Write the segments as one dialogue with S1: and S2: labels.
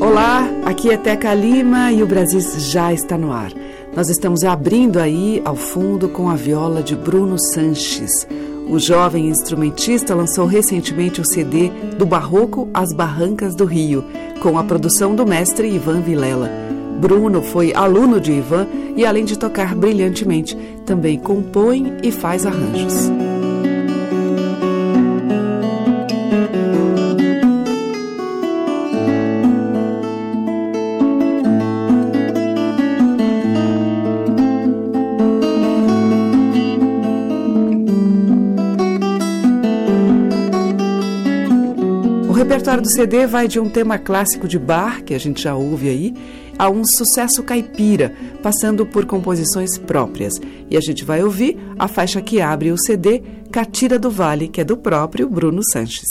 S1: Olá, aqui é Teca Lima e o Brasil já está no ar. Nós estamos abrindo aí ao fundo com a viola de Bruno Sanches. O jovem instrumentista lançou recentemente o CD Do Barroco às Barrancas do Rio, com a produção do mestre Ivan Vilela. Bruno foi aluno de Ivan e, além de tocar brilhantemente, também compõe e faz arranjos. O repertório do CD vai de um tema clássico de bar, que a gente já ouve aí, a um sucesso caipira, passando por composições próprias. E a gente vai ouvir a faixa que abre o CD, Catira do Vale, que é do próprio Bruno Sanches.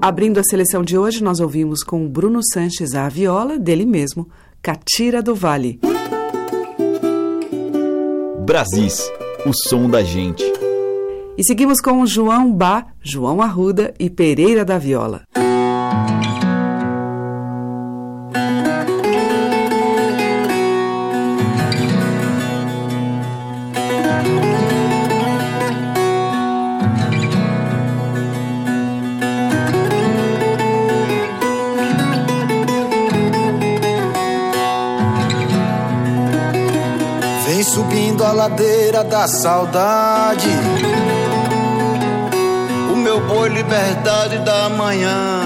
S1: Abrindo a seleção de hoje, nós ouvimos com o Bruno Sanches a viola dele mesmo, Catira do Vale.
S2: Brasis, o som da gente.
S1: E seguimos com o João Bá, João Arruda e Pereira da Viola.
S3: Vem subindo a ladeira da saudade. O meu boi liberdade da manhã.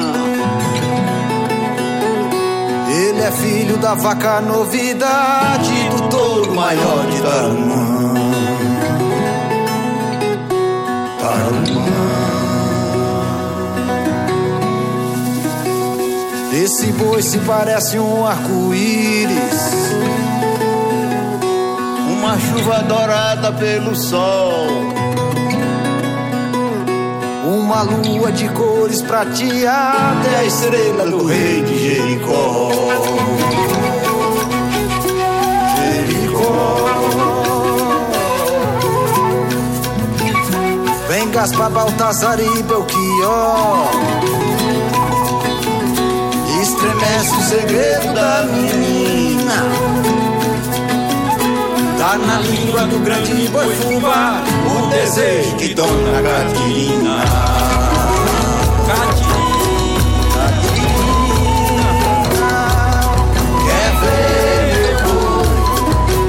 S3: Ele é filho da vaca novidade do touro maior de Tarumã. Tarumã. Esse boi se parece um arco-íris uma chuva dourada pelo sol. Uma lua de cores prateada é a estrela do rei de Jericó. Jericó. Vem Gaspar, Baltazar e Belchior. Estremece o segredo da menina. Tá na língua do grande boi fubá O desejo de Dona Catirina Catirina Quer ver meu boi?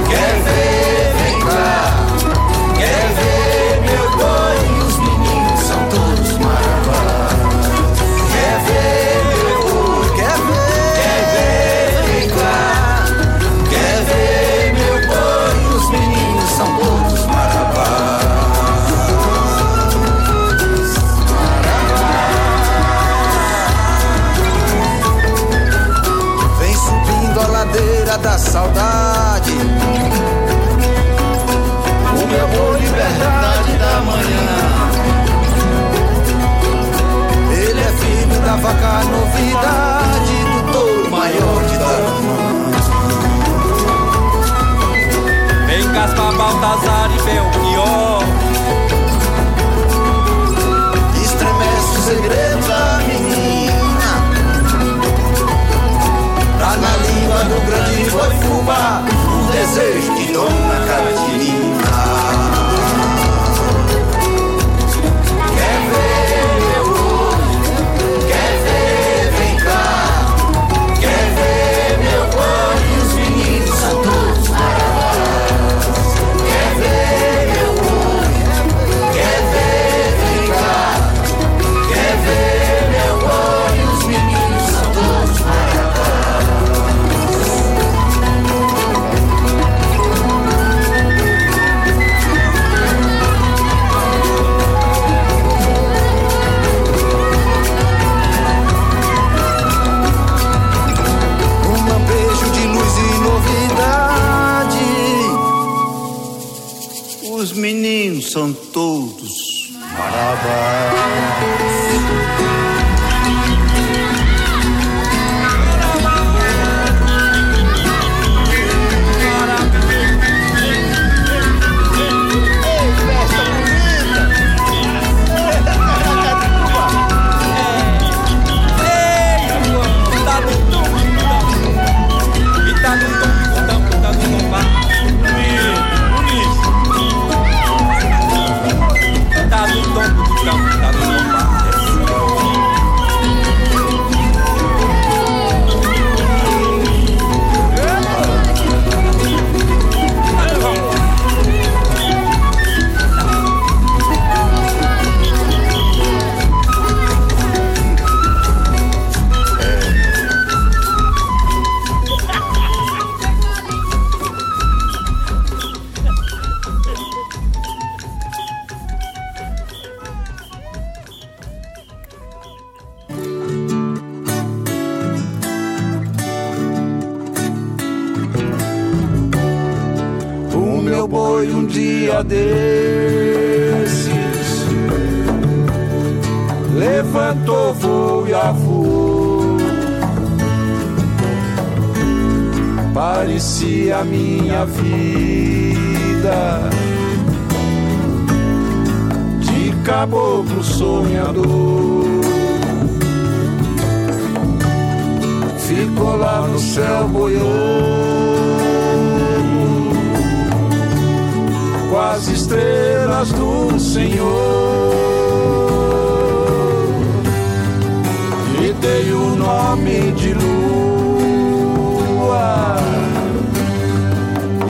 S3: Quer ver? Vem cá Quer ver meu boi? Os meninos são todos marabá Quer ver meu boi? Quer ver? Quer ver? Vem cá Quer ver meu boi? Os meninos são todos marabás. Marabás. Vem subindo a ladeira da saudade. O meu boi, liberdade da manhã. Ele é filho da vaca novidade do touro maior de Tarumã.
S4: Vem Gaspar, Baltazar e Belchior
S3: Estremece o segredo da menina Tá na língua do grande boi fubá O desejo de Dona Catirina Quer ver meu olho? Quer ver? Vem cá Quer ver meu olho? Os meninos são todos maravilhosos Quer ver meu olho? Quer ver? Vem cá Quer ver meu olho? Os meninos são todos maravilhosos Um lampejo de luz e novidade. Os meninos são todos marabás. O meu boi um dia desses levantou voo e avô. Parecia minha vida de caboclo sonhador. Ficou lá no céu boiando com as estrelas do Senhor. E dei o nome de lua.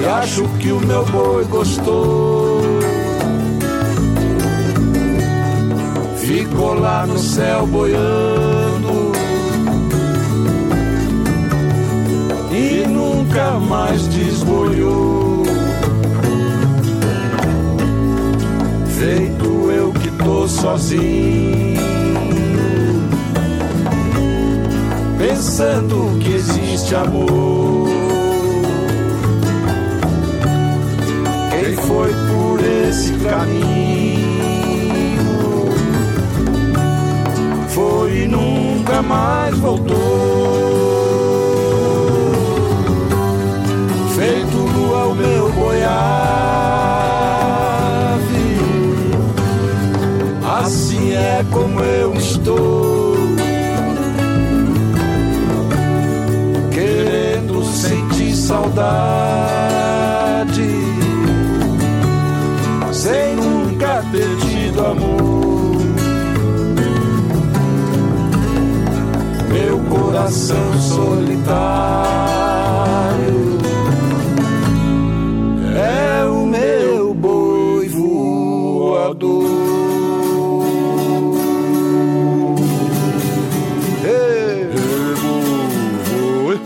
S3: E acho que o meu boi gostou. Ficou lá no céu boiando. E nunca mais desboiou. Feito eu que tô sozinho Pensando que existe amor Quem foi por esse caminho Foi e nunca mais voltou Feito lua o meu boiave Assim é como eu estou, querendo sentir saudade, sem nunca ter tido amor. Meu coração solitário é o meu boi voador. Ei, boi.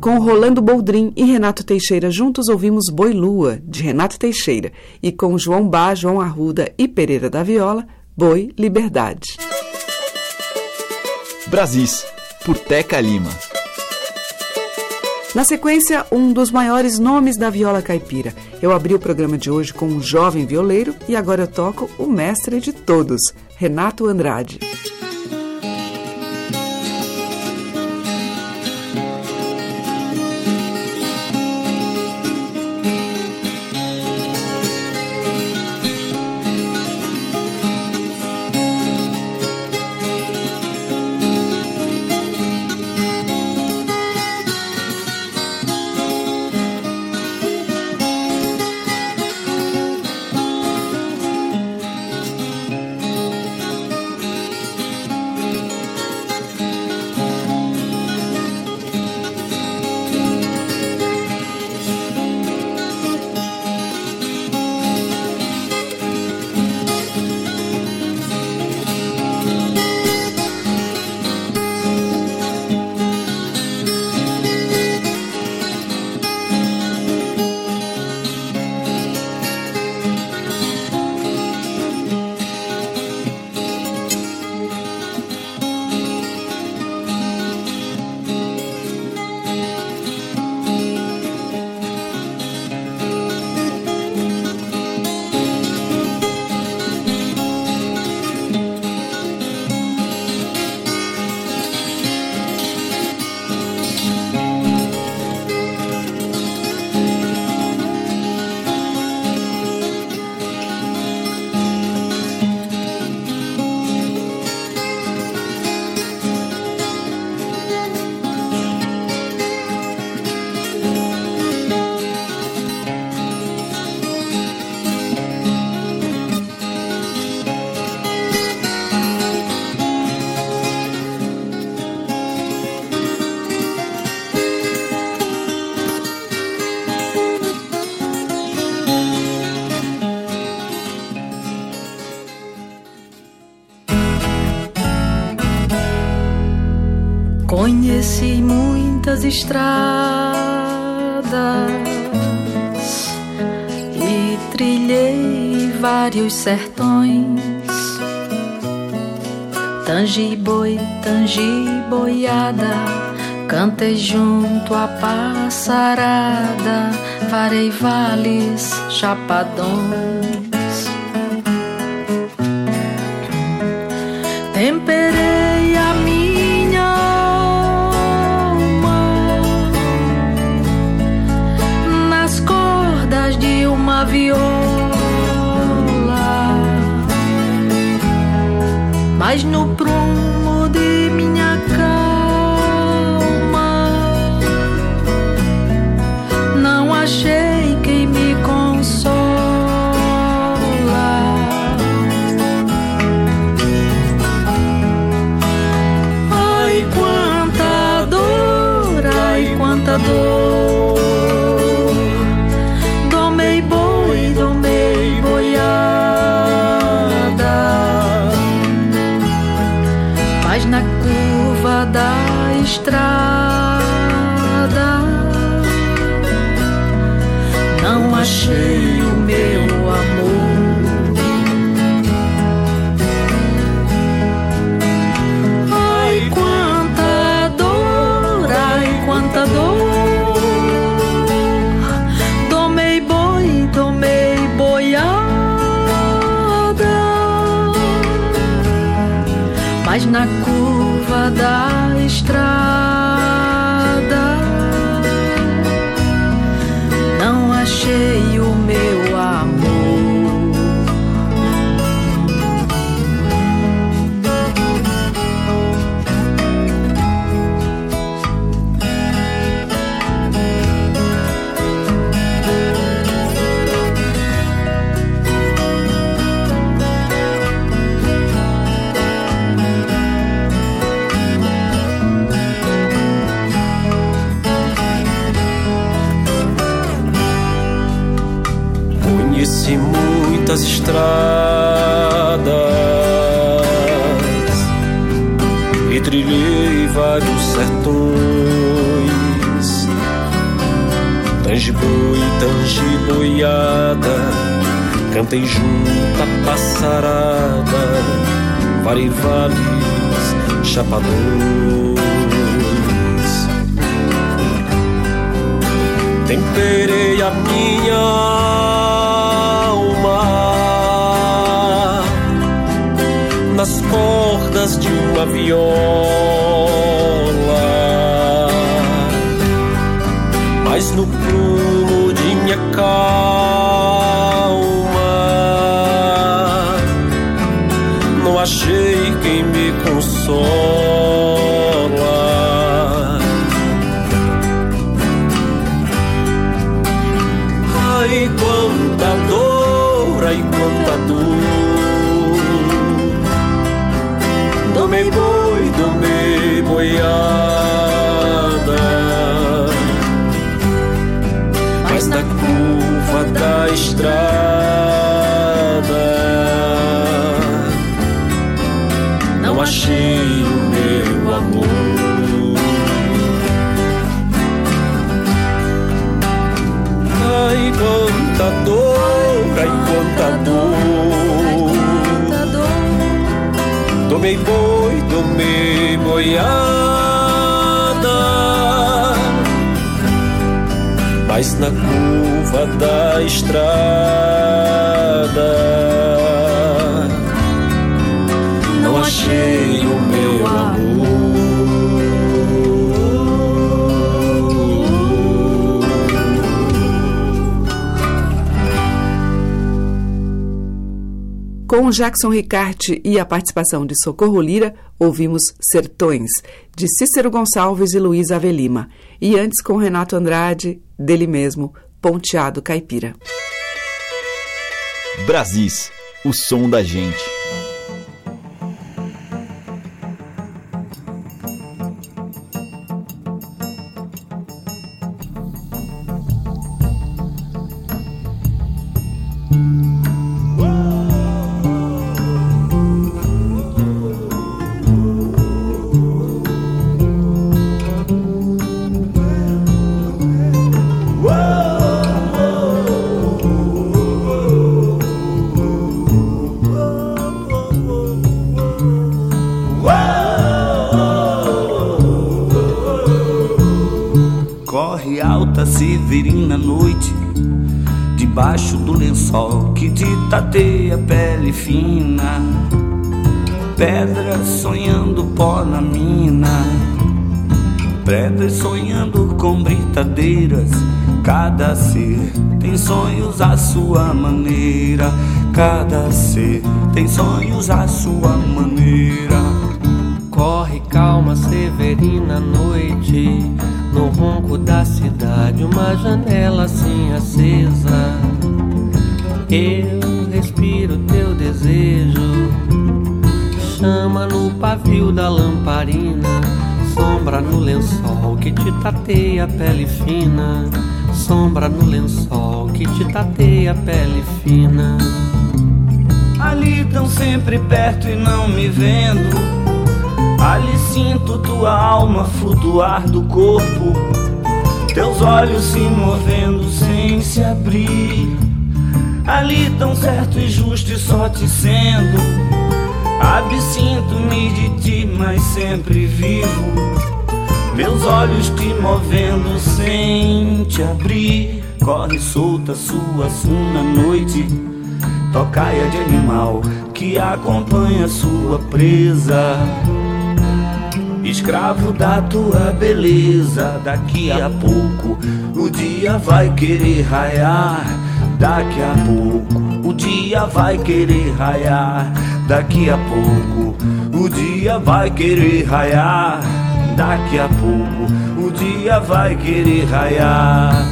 S1: Com Rolando Boldrin e Renato Teixeira juntos ouvimos Boi Lua, de Renato Teixeira, e com João Bá, João Arruda e Pereira da Viola, Boi Liberdade.
S2: Brasis, por Teca Lima.
S1: Na sequência, um dos maiores nomes da viola caipira. Eu abri o programa de hoje com um jovem violeiro e agora eu toco o mestre de todos, Renato Andrade.
S5: Conheci muitas estradas e trilhei vários sertões. Tangi boi, tangi boiada, Cantei junto à passarada, varei vales, chapadões. Temperei a minha alma nas cordas de uma viola, mas no prumo de minha calma não achei quem me consola. Ai, quanta dor, ai, quanta dor. Domei boi, domei boiada. Mas na curva da estrada não achei o meu amor. Ai, quanta dor, ai, quanta dor. Tomei boi, tomei boiada. Mas na curva da estrada não achei o meu amor.
S6: Conheci muitas estradas e trilhei vários sertões. Tange boi, tange boiada, cantei junto à passarada, varei vales, chapadões. Temperei a minha alma nas cordas de uma viola, mas no prumo de minha calma não achei quem me consola. Ai, quanta dor, ai, quanta dor. Domei boi, domei boiada. Mas na curva da estrada não achei o meu amor. Ai, quanta dor, ai, quanta dor. Tomei boi, tomei boiada. Mas na curva da estrada não achei o meu amor.
S1: Com o Jackson Ricarte e a participação de Socorro Lira, ouvimos Sertões, de Cícero Gonçalves e Luiz Avelima. E antes, com Renato Andrade, dele mesmo, Ponteado Caipira.
S2: Brasis, o som da gente.
S7: corre alta severina noite Debaixo do lençol que te tateia a pele fina Pedras sonhando pó na mina Pedras sonhando com britadeiras Cada ser tem sonhos à sua maneira Cada ser tem sonhos à sua maneira
S8: Corre calma, severina noite No ronco da cidade Uma janela assim acesa Eu respiro teu desejo Chama no pavio da lamparina Sombra no lençol que te tateia a pele fina Sombra no lençol que te tateia a pele fina
S7: Ali tão sempre perto e não me vendo Ali sinto tua alma flutuar do corpo, teus olhos se movendo sem se abrir. Ali tão certo e justo e só te sendo. Absinto-me de ti, mas sempre vivo. Meus olhos te movendo sem te abrir. Corre solta sua suna noite, tocaia de animal que acompanha sua presa escravo da tua beleza. Daqui a pouco o dia vai querer raiar. Daqui a pouco o dia vai querer raiar. Daqui a pouco o dia vai querer raiar. Daqui a pouco o dia vai querer raiar.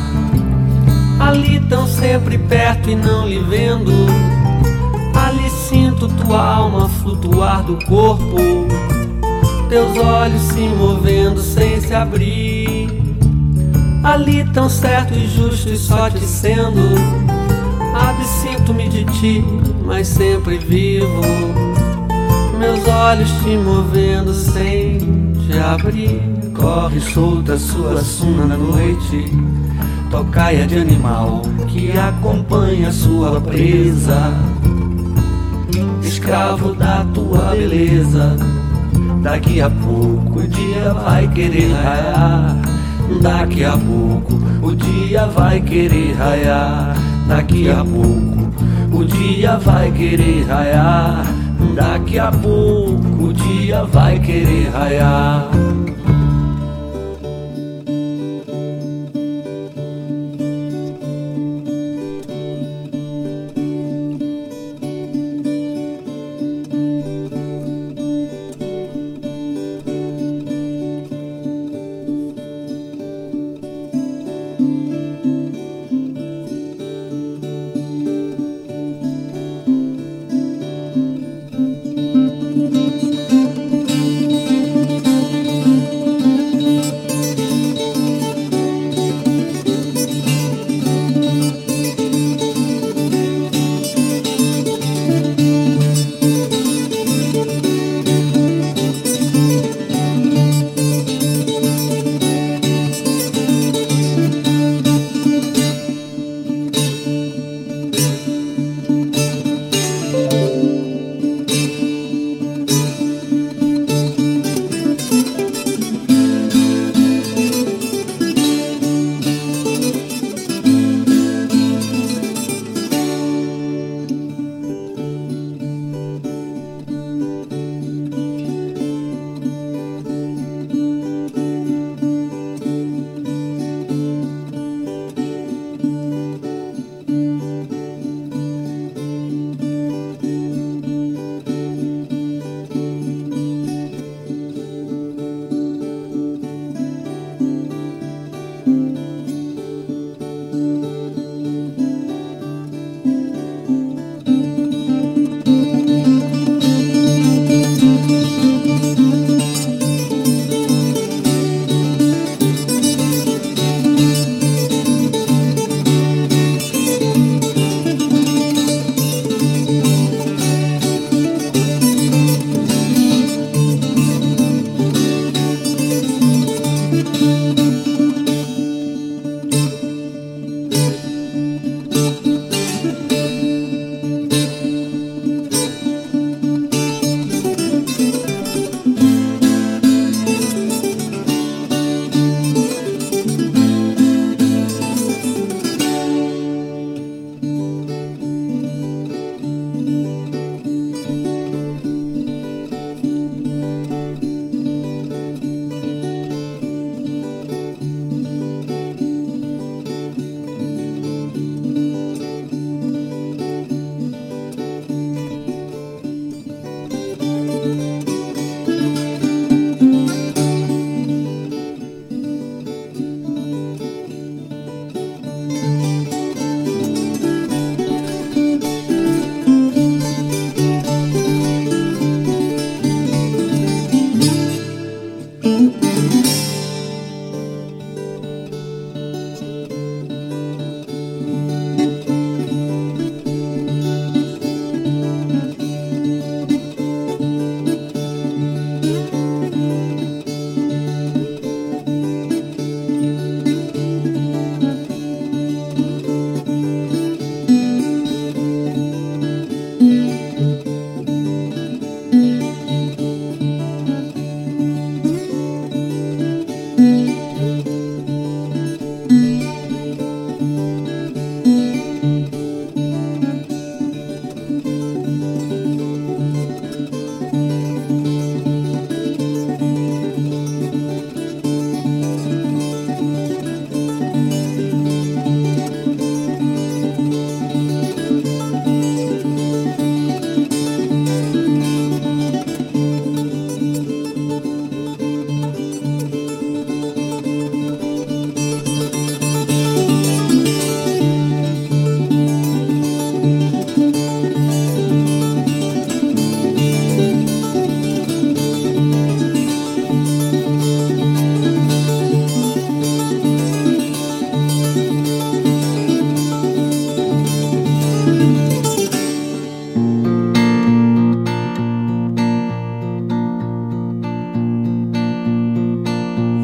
S8: Ali tão sempre perto e não lhe vendo. Ali sinto tua alma flutuar do corpo teus olhos se movendo sem se abrir. Ali tão certo e justo e só te sendo, absinto-me de ti, mas sempre vivo. Meus olhos te movendo sem te abrir. Corre solta sua suna na noite, tocaia de animal que acompanha sua presa. Escravo da tua beleza, Daqui a pouco o dia vai querer raiar. Daqui a pouco o dia vai querer raiar. Daqui a pouco o dia vai querer raiar. Daqui a pouco o dia vai querer raiar.
S9: Música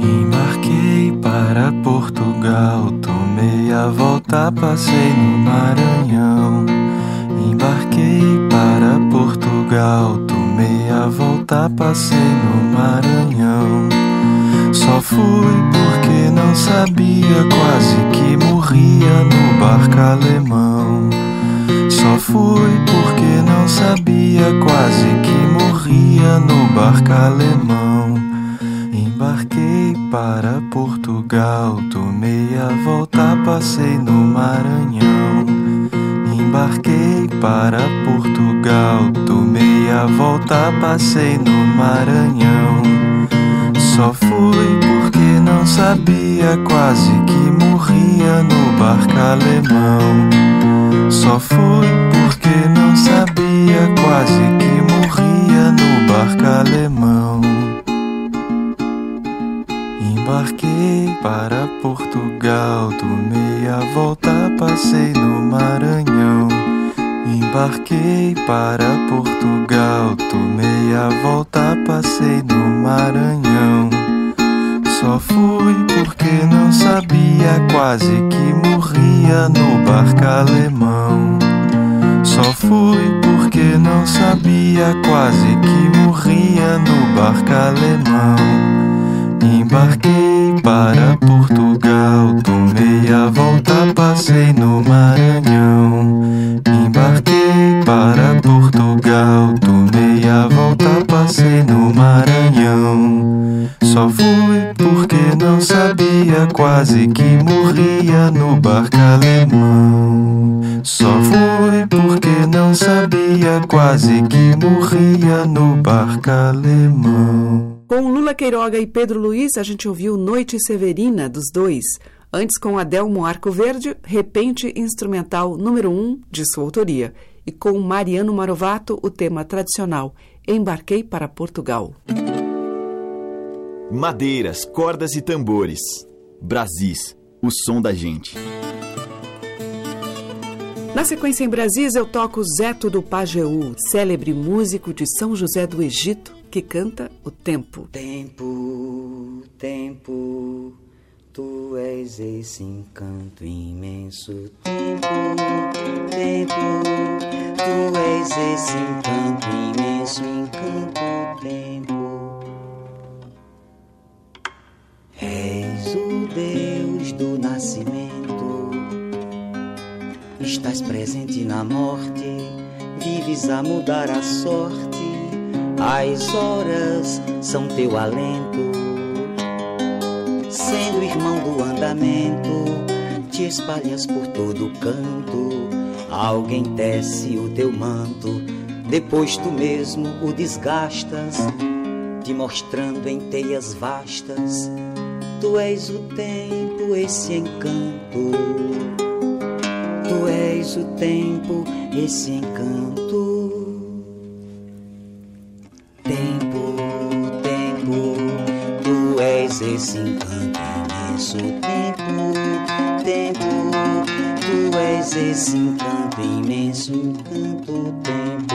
S9: Embarquei para Portugal, tomei a volta, passei no Maranhão. Embarquei para Portugal, tomei a volta, passei no Maranhão. Só fui porque não sabia, quase que morria no barco alemão. Só fui porque não sabia, quase que morria no barco alemão. Embarquei para Portugal, tomei a volta, passei no Maranhão. Embarquei para Portugal, tomei a volta, passei no Maranhão. Só fui porque não sabia, quase que morria no barco alemão. Só fui porque não sabia, quase que morria no barco alemão. Embarquei para Portugal, tomei a volta, passei no Maranhão. Embarquei para Portugal, tomei a volta, passei no Maranhão. Só fui porque não sabia, quase que morria no barco alemão. Só fui porque não sabia, quase que morria no barco alemão. Embarquei para Portugal, tomei a volta, passei no Maranhão. Embarquei para Portugal, tomei a volta, passei no Maranhão. Só fui porque não sabia, quase que morria no barco alemão. Só fui porque não sabia, quase que morria no barco alemão.
S1: Com Lula Queiroga e Pedro Luiz, a gente ouviu Noite Severina dos dois. Antes, com Adelmo Arco Verde, Repente Instrumental número 1, um, de sua autoria. E com Mariano Marovato, o tema tradicional Embarquei para Portugal.
S2: Madeiras, cordas e tambores. Brasis, o som da gente.
S1: Na sequência em Brasis, eu toco Zeto do Pajeú, célebre músico de São José do Egito, que canta o tempo.
S10: Tempo, tempo, tu és esse encanto imenso. Tempo, tempo, tu és esse encanto imenso, encanto, tempo. És o Deus do nascimento. Estás presente na morte, vives a mudar a sorte, as horas são teu alento. Sendo irmão do andamento, te espalhas por todo canto. Alguém tece o teu manto, depois tu mesmo o desgastas, te mostrando em teias vastas. Tu és o tempo, esse encanto. Tu és o tempo, esse encanto. Tempo, tempo, tu és esse encanto imenso. Tempo, tempo, tu és esse encanto imenso. Encanto, tempo.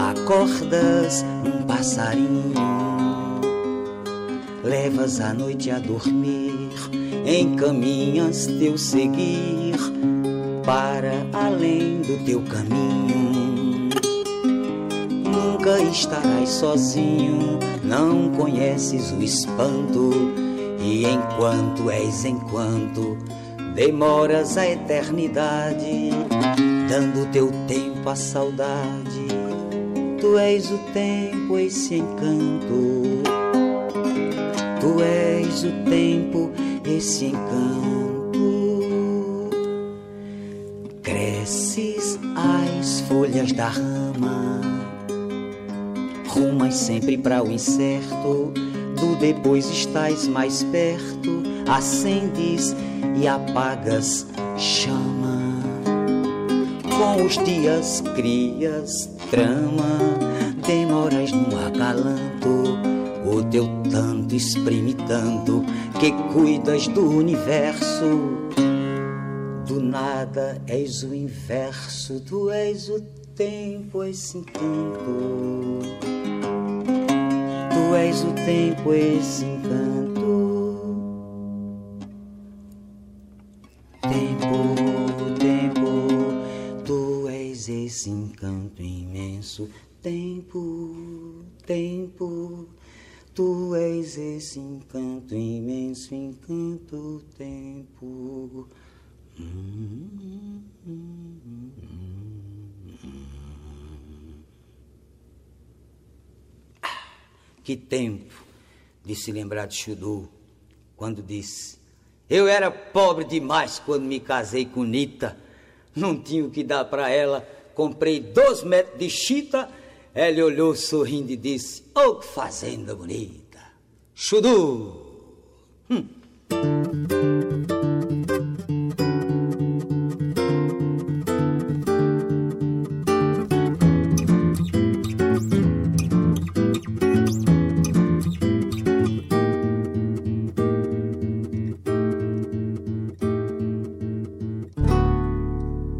S10: Acordas um passarinho, levas a noite a dormir, encaminhas teu seguir para além do teu caminho. Nunca estarás sozinho, não conheces o espanto, e enquanto és enquanto, demoras a eternidade, dando teu tempo à saudade. Tu és o tempo, esse encanto. Tu és o tempo, esse encanto. cresces as folhas da rama. Rumas sempre para o incerto, do depois estás mais perto, acendes e apagas chama. Com os dias crias trama, demoras no acalanto, o teu tanto exprime tanto que cuidas do universo do nada és o inverso, tu és o tempo, esse encanto. Tu és o tempo, esse encanto. esse encanto imenso. Tempo, tempo, tu és esse encanto imenso, encanto, tempo. Hum, hum, hum, ah, que tempo de se lembrar de Chudu quando disse: Eu era pobre demais quando me casei com Nita, não tinha o que dar para ela, comprei dois metros de chita. Ele olhou sorrindo e disse: Oh, que fazenda bonita! Chudu! Hum.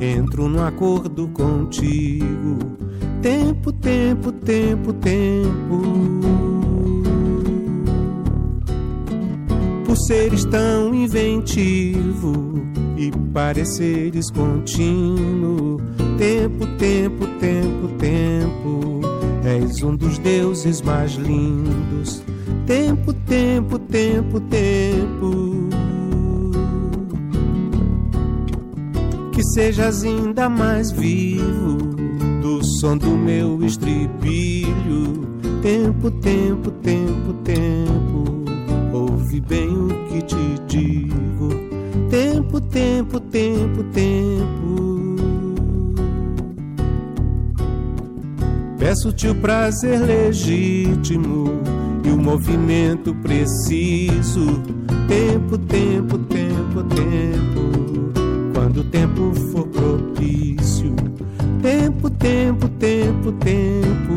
S11: Entro no acordo contigo tempo, tempo, tempo, tempo. Por seres tão inventivo e pareceres contínuo, tempo, tempo, tempo, tempo. És um dos deuses mais lindos. Tempo, tempo, tempo, tempo. Que sejas ainda mais vivo do som do meu estribilho. Tempo, tempo, tempo, tempo, ouve bem o que te digo. Tempo, tempo, tempo, tempo. Peço-te o prazer legítimo e o movimento preciso. Tempo, tempo, tempo, tempo. Quando o tempo for propício tempo, tempo, tempo, tempo.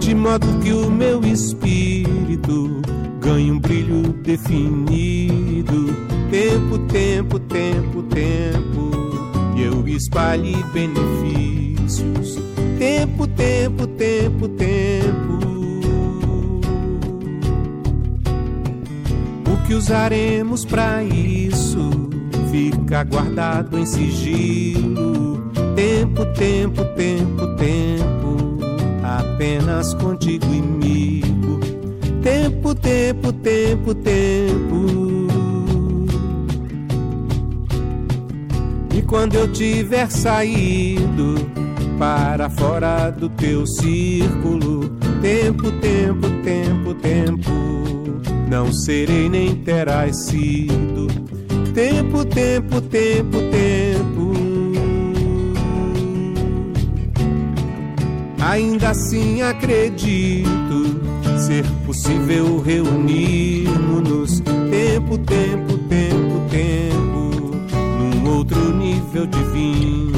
S11: De modo que o meu espírito ganhe um brilho definido. Tempo, tempo, tempo, tempo. E eu espalhe benefícios. Tempo, tempo, tempo, tempo. O que usaremos para isso? fica guardado em sigilo. Tempo, tempo, tempo, tempo, apenas contigo e comigo. Tempo, tempo, tempo, tempo. E quando eu tiver saído para fora do teu círculo, tempo, tempo, tempo, tempo, não serei nem terás sido tempo, tempo, tempo, tempo. Ainda assim acredito ser possível reunirmos-nos tempo, tempo, tempo, tempo, num outro nível de vínculo.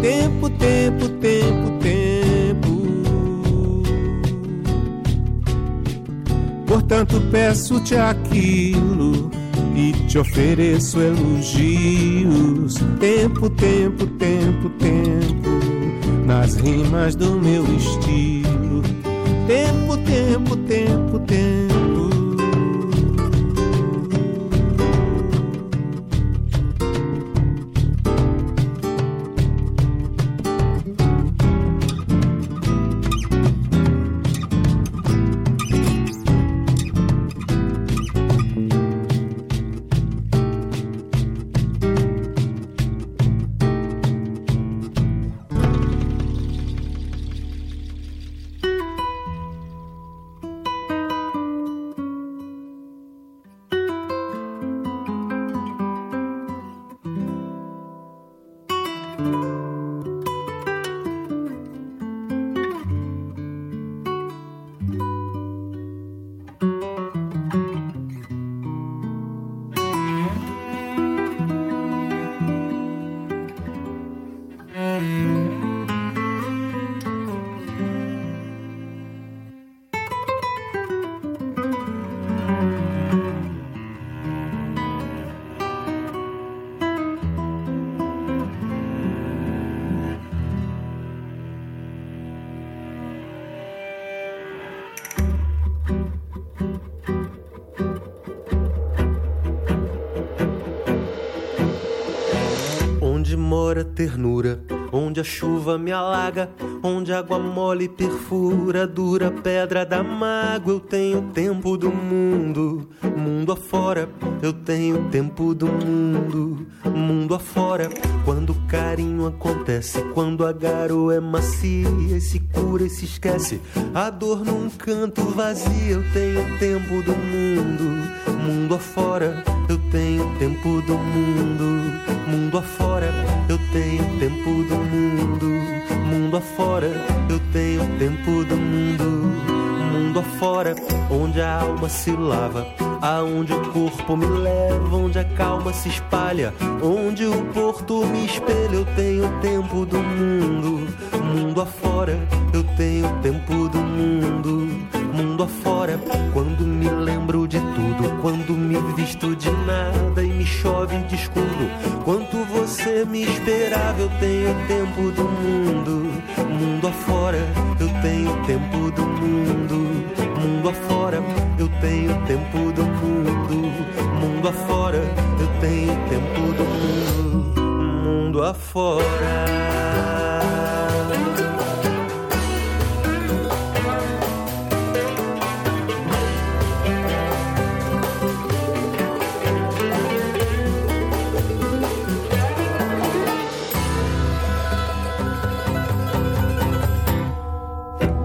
S11: Tempo, tempo, tempo, tempo. Portanto, peço-te aquilo e te ofereço elogios. Tempo, tempo, tempo, tempo, nas rimas do meu estilo. Tempo, tempo, tempo, tempo.
S12: mora ternura, onde a chuva me alaga, onde a água mole perfura, dura pedra da mágoa. Eu tenho tempo do mundo, mundo afora. Eu tenho tempo do mundo, mundo afora. Quando o carinho acontece, quando a garoa é macia e se cura e se esquece, a dor num canto vazia. Eu tenho tempo do mundo, mundo afora. Eu tenho tempo do mundo, mundo afora. Eu tenho tempo do mundo, mundo afora. Eu tenho tempo do mundo mundo afora, onde a alma se lava, aonde o corpo me leva, onde a calma se espalha, onde o porto me espelha, eu tenho tempo do mundo, mundo afora, eu tenho tempo do mundo, mundo afora, quando me lembro de tudo, quando me visto de nada e me chove de escuro, quanto você me esperava, eu tenho tempo do mundo, mundo afora, eu tenho tempo do mundo, mundo afora, eu tenho tempo do mundo, mundo afora, eu tenho tempo do mundo, mundo afora.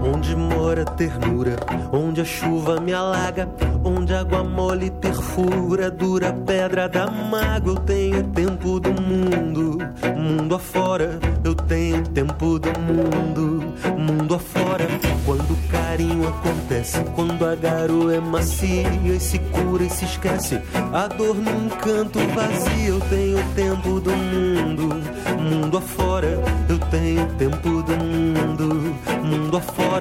S12: onde mora ternura, onde a chuva me alaga, onde a água mole perfura, dura pedra da mágoa. Eu tenho tempo do mundo, mundo afora. Eu tenho tempo do mundo, mundo afora. Quando o carinho acontece, quando a garoa é macia e se cura e se esquece, a dor num canto vazio. Eu tenho tempo do mundo, mundo afora. Eu tenho tempo do mundo, mundo afora.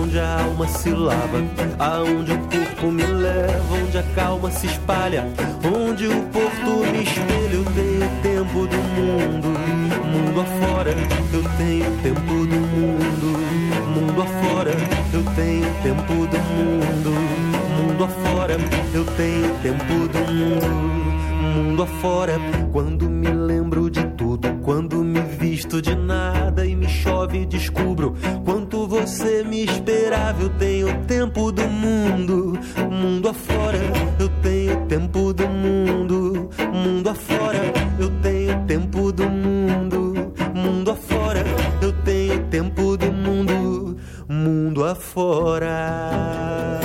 S12: Onde a alma se lava, aonde o corpo me leva, onde a calma se espalha, onde o porto me espelha. Eu tenho tempo do mundo, mundo afora. Eu tenho tempo do mundo, mundo afora. Eu tenho tempo do mundo, mundo afora. Eu tenho tempo do mundo mundo afora. Quando me lembro de tudo, quando me visto de nada e me chove, e descubro quanto você me esperava. Eu tenho tempo do mundo, mundo afora. Eu tenho tempo do mundo, mundo afora. Eu tenho tempo do mundo, mundo afora. Eu tenho tempo do mundo, mundo afora.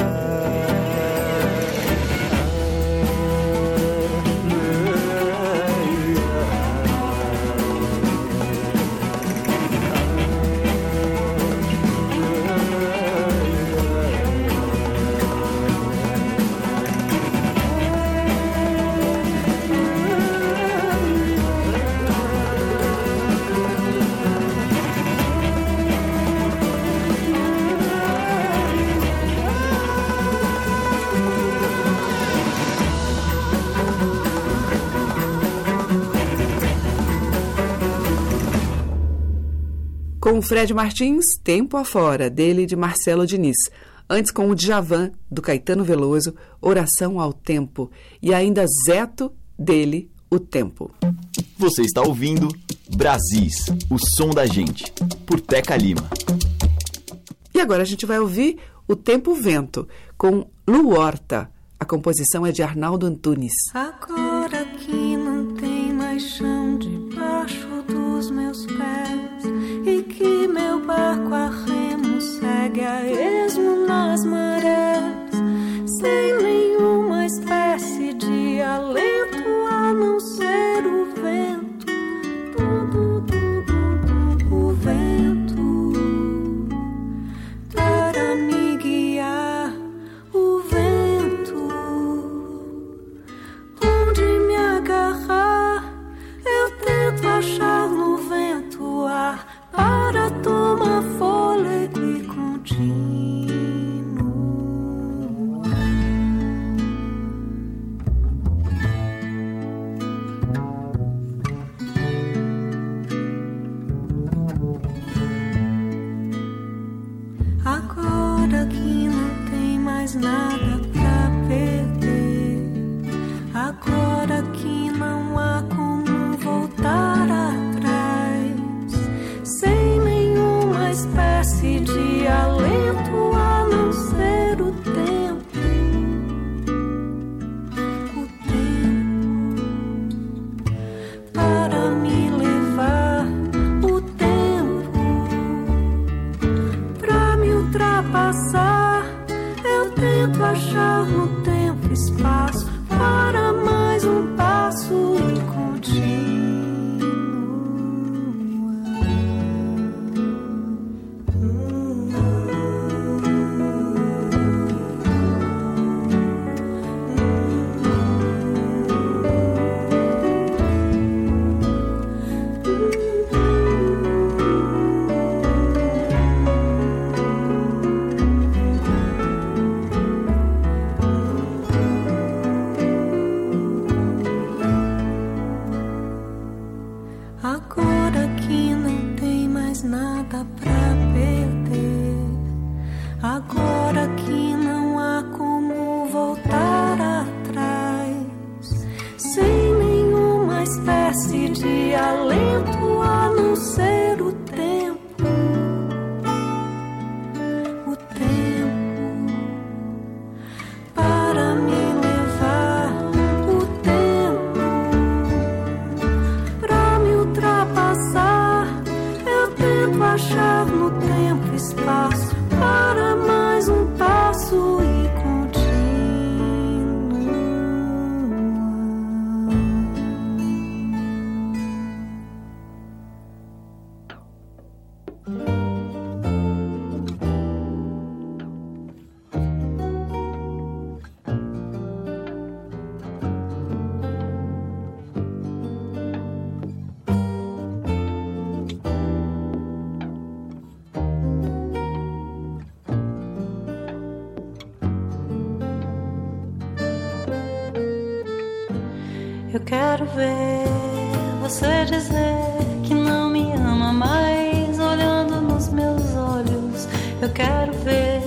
S1: Com o Fred Martins, Tempo Afora, dele de Marcelo Diniz. Antes com o Djavan, do Caetano Veloso, Oração ao Tempo. E ainda Zeto, dele, O Tempo.
S2: Você está ouvindo Brasis, o som da gente, por Teca Lima.
S1: E agora a gente vai ouvir O Tempo Vento, com Lu Horta. A composição é de Arnaldo Antunes.
S13: Agora que não tem mais chão debaixo dos meus pés e que meu barco a remo segue a esmo nas marés, sem nenhuma espécie de alento a não ser o vento. Du, du, du, du, du, O vento para me guiar, o vento onde achar no tempo espaço para mais um passo contínuo. Agora que não tem mais nada pra perder. Agora que não há como voltar atrás. Sem nenhuma espécie de alento a não ser o tempo. O tempo para me levar. O tempo pra me ultrapassar. Eu tento achar no tempo espaço para mais um passo e
S14: Eu quero ver você dizer que não me ama mais, olhando nos meus olhos. Eu quero ver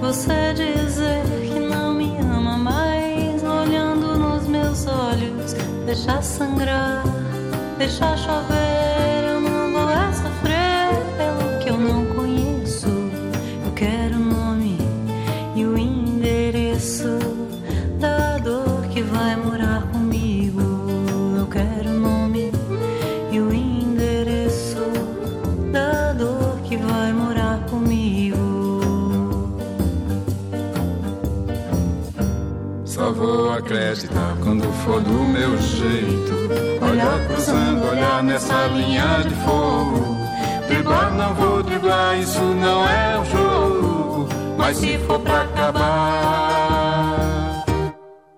S14: você dizer que não me ama mais, olhando nos meus olhos. Deixar sangrar, deixar chover, eu não vou é sofrer pelo que eu não conheço. Eu quero o nome e o endereço da dor que vai morar comigo. Eu quero o nome e o endereço da dor que vai morar comigo.
S15: Só vou acreditar quando for do meu jeito. Olhar cruzando, olhar nessa linha de fogo. Driblar não vou driblar, isso não é um jogo. Mas se for pra acabar,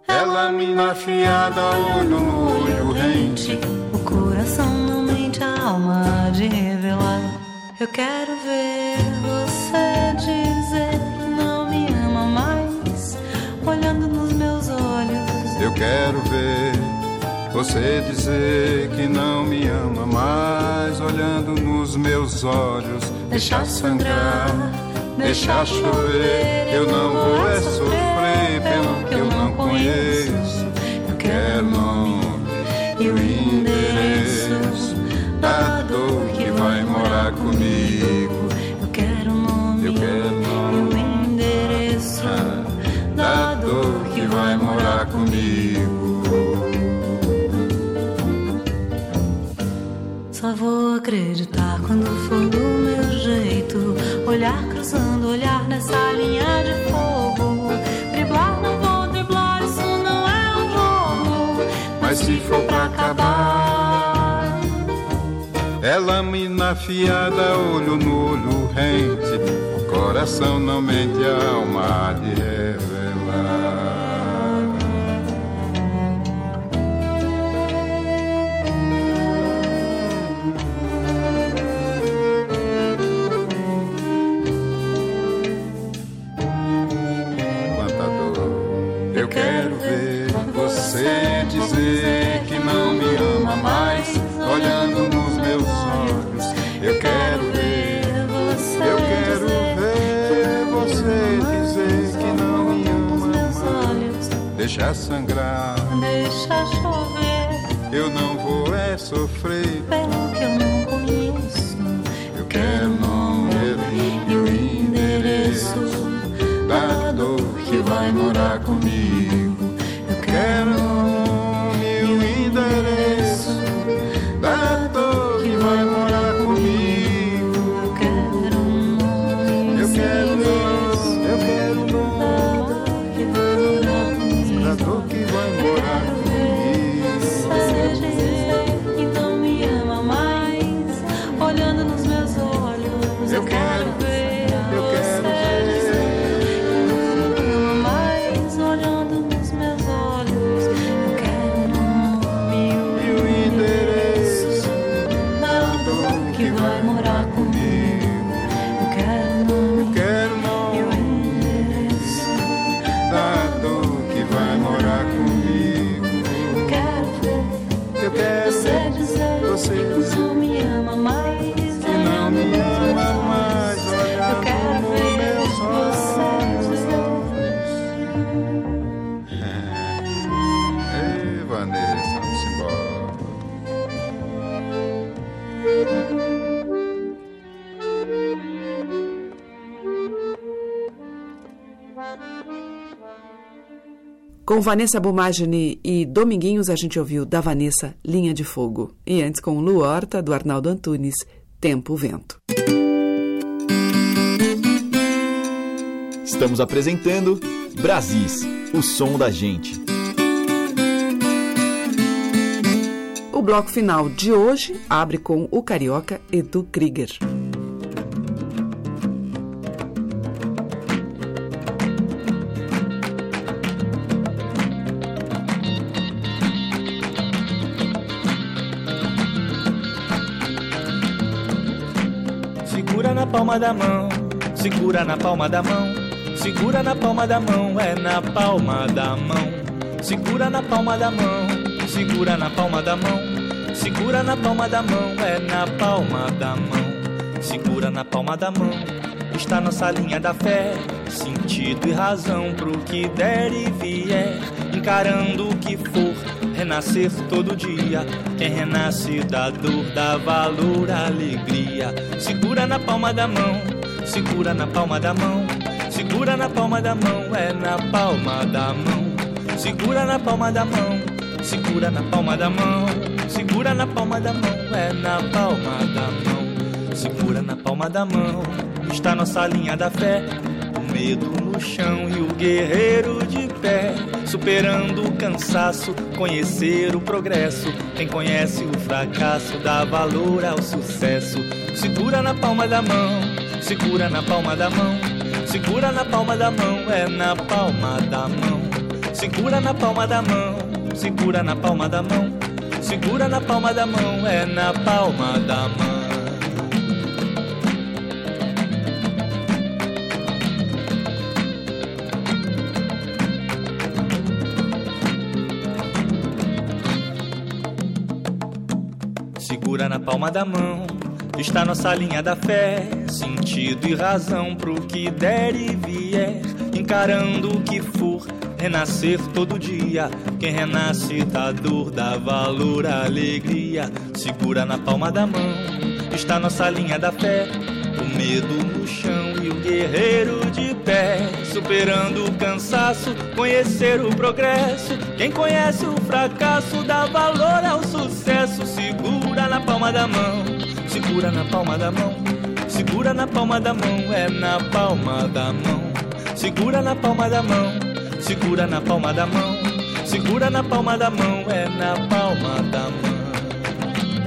S15: ela me na fiada, olho no olho rente.
S14: O coração não mente, a alma há de revelar. Eu quero ver você dizer que não me ama mais, olhando nos meus olhos.
S15: Eu quero ver você dizer que não me ama mais, olhando nos meus olhos, deixar sangrar, deixar chover. Eu não vou é sofrer pelo que eu não conheço. Eu quero nome e o endereço da dor que vai morar comigo.
S14: Eu quero o nome,
S15: eu quero nome
S14: o endereço
S15: da dor que vai morar comigo.
S14: Só vou acreditar quando for do meu jeito. Olhar cruzando, olhar nessa linha de fogo. Driblar, não vou driblar, isso não é um jogo.
S15: Mas se for pra acabar, ela me na fiada, olho no olho rente. O coração não mente, a alma há de revelar. Quanta dor, eu quero ver você dizer que não me ama mais, olhando nos meus olhos. Eu quero ver, eu quero ver você dizer que não me ama mais. Deixar sangrar,
S14: Deixa chover
S15: eu não vou é sofrer.
S14: pelo que eu não conheço.
S15: Eu quero o nome e o endereço da dor que vai morar comigo. Eu quero o nome e o endereço da dor que vai morar um comigo. Eu quero o nome, eu quero o nome, eu quero o nome
S14: um
S15: um Ei, Vanessa, vamos embora.
S1: Com Vanessa Bumagini e Dominguinhos, a gente ouviu da Vanessa Linha de Fogo. E antes com Lu Horta, do Arnaldo Antunes, Tempo Vento.
S2: Estamos apresentando Brasis, o som da gente.
S1: O bloco final de hoje abre com o carioca Edu Krieger.
S16: Segura na palma da mão, segura na palma da mão, segura na palma da mão, é na palma da mão. Segura na palma da mão, segura na palma da mão, segura na palma da mão, é na palma da mão. Segura na palma da mão, está nossa linha da fé, sentido e razão pro que der e vier, encarando o que for. Renascer todo dia, quem renasce da dor dá valor à alegria. Segura na palma da mão, segura na palma da mão, segura na palma da mão, é na palma da mão. Segura na palma da mão, segura na palma da mão, segura na palma da mão, é na palma da mão. Segura na palma da mão, está nossa linha da fé, o medo no chão e o guerreiro de pé, superando o cansaço, conhecer o progresso. Quem conhece o fracasso dá valor ao sucesso. Segura na palma da mão, segura na palma da mão, segura na palma da mão, é na palma da mão. Segura na palma da mão, segura na palma da mão, segura na palma da mão, é na palma da mão. Segura na palma da mão, está nossa linha da fé, sentido e razão pro que der e vier, encarando o que for, renascer todo dia. Quem renasce da dor dá valor à alegria. Segura na palma da mão, está nossa linha da fé, o medo no chão e o guerreiro de pé, superando o cansaço, conhecer o progresso. Quem conhece o fracasso dá valor ao sucesso. Segura na palma da mão, segura na palma da mão, segura na palma da mão, é na palma da mão. Segura na palma da mão, segura na palma da mão, segura na palma da mão, é na palma da mão.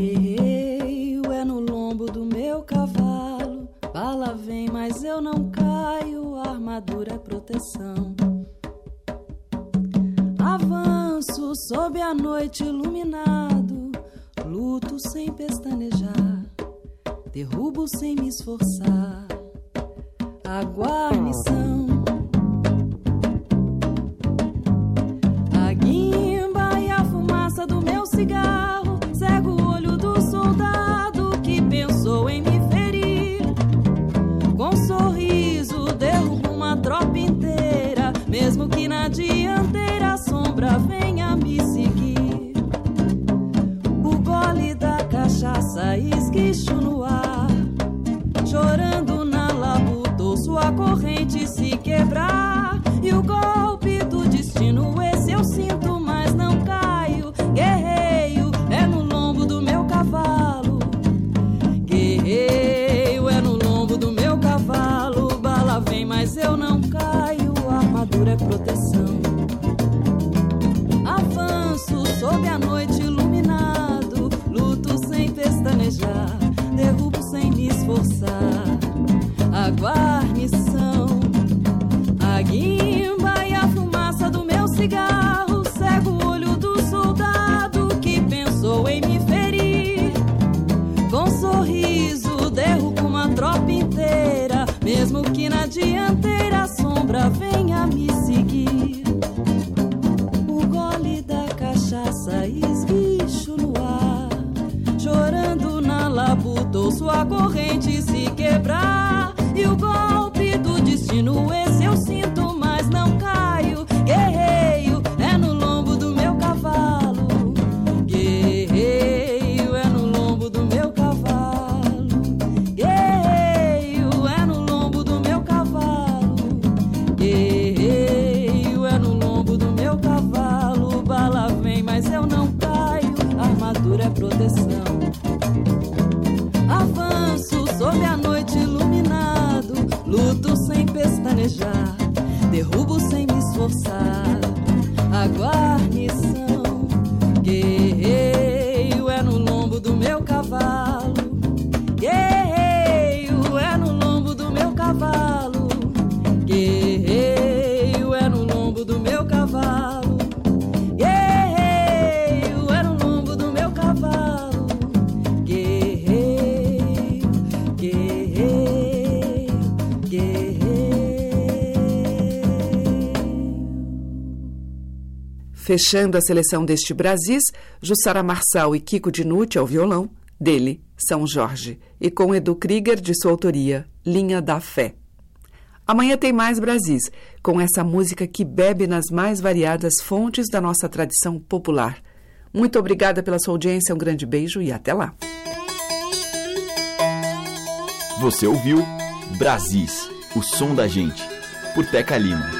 S17: Guerreio é no lombo do meu cavalo. Bala vem, mas eu não caio. Armadura é proteção. Avanço sob a noite iluminado. Luto sem pestanejar. Derrubo sem me esforçar. A guarnição. A guimba e a fumaça do meu cigarro cega o olho do soldado que pensou em me ferir. Com um sorriso derrubo uma tropa inteira, mesmo que na dianteira a sombra venha me seguir. O gole da cachaça esguicho no ar, chorando na labuta sua corrente se quebrar. E o golpe do destino, esse eu sinto, mas não caio. Guerreio é no lombo do meu cavalo. Guerreio é no lombo do meu cavalo. Bala vem, mas eu não caio. Armadura é proteção. um que na dianteira a sombra venha me seguir. O gole da cachaça esguicho no ar, chorando na labuta ou sua corrente se quebrar. E o golpe do destino, esse eu sinto, mas não caio. Guerreio é no lombo do meu cavalo. Guerreio é no lombo do meu cavalo. Guerreio é no lombo do meu cavalo. Guerreio é no lombo do meu cavalo. Bala vem, mas eu não caio. Armadura é proteção. Avanço sob a noite iluminado, luto sem pestanejar, derrubo sem me esforçar. A guarnição, guerreiro é no lombo do meu cavalo. Guerreiro é no lombo do meu cavalo. Guerreiro é no lombo do meu cavalo. Guerreiro é no lombo do meu cavalo. Guerreiro, guerreiro,
S1: Fechando a seleção deste Brasis, Jussara Marçal e Kiko Dinucci ao violão, dele, São Jorge, e com Edu Krieger de sua autoria, Linha da Fé. Amanhã tem mais Brasis, com essa música que bebe nas mais variadas fontes da nossa tradição popular. Muito obrigada pela sua audiência, um grande beijo e até lá.
S2: Você ouviu Brasis, o som da gente, por Teca Lima.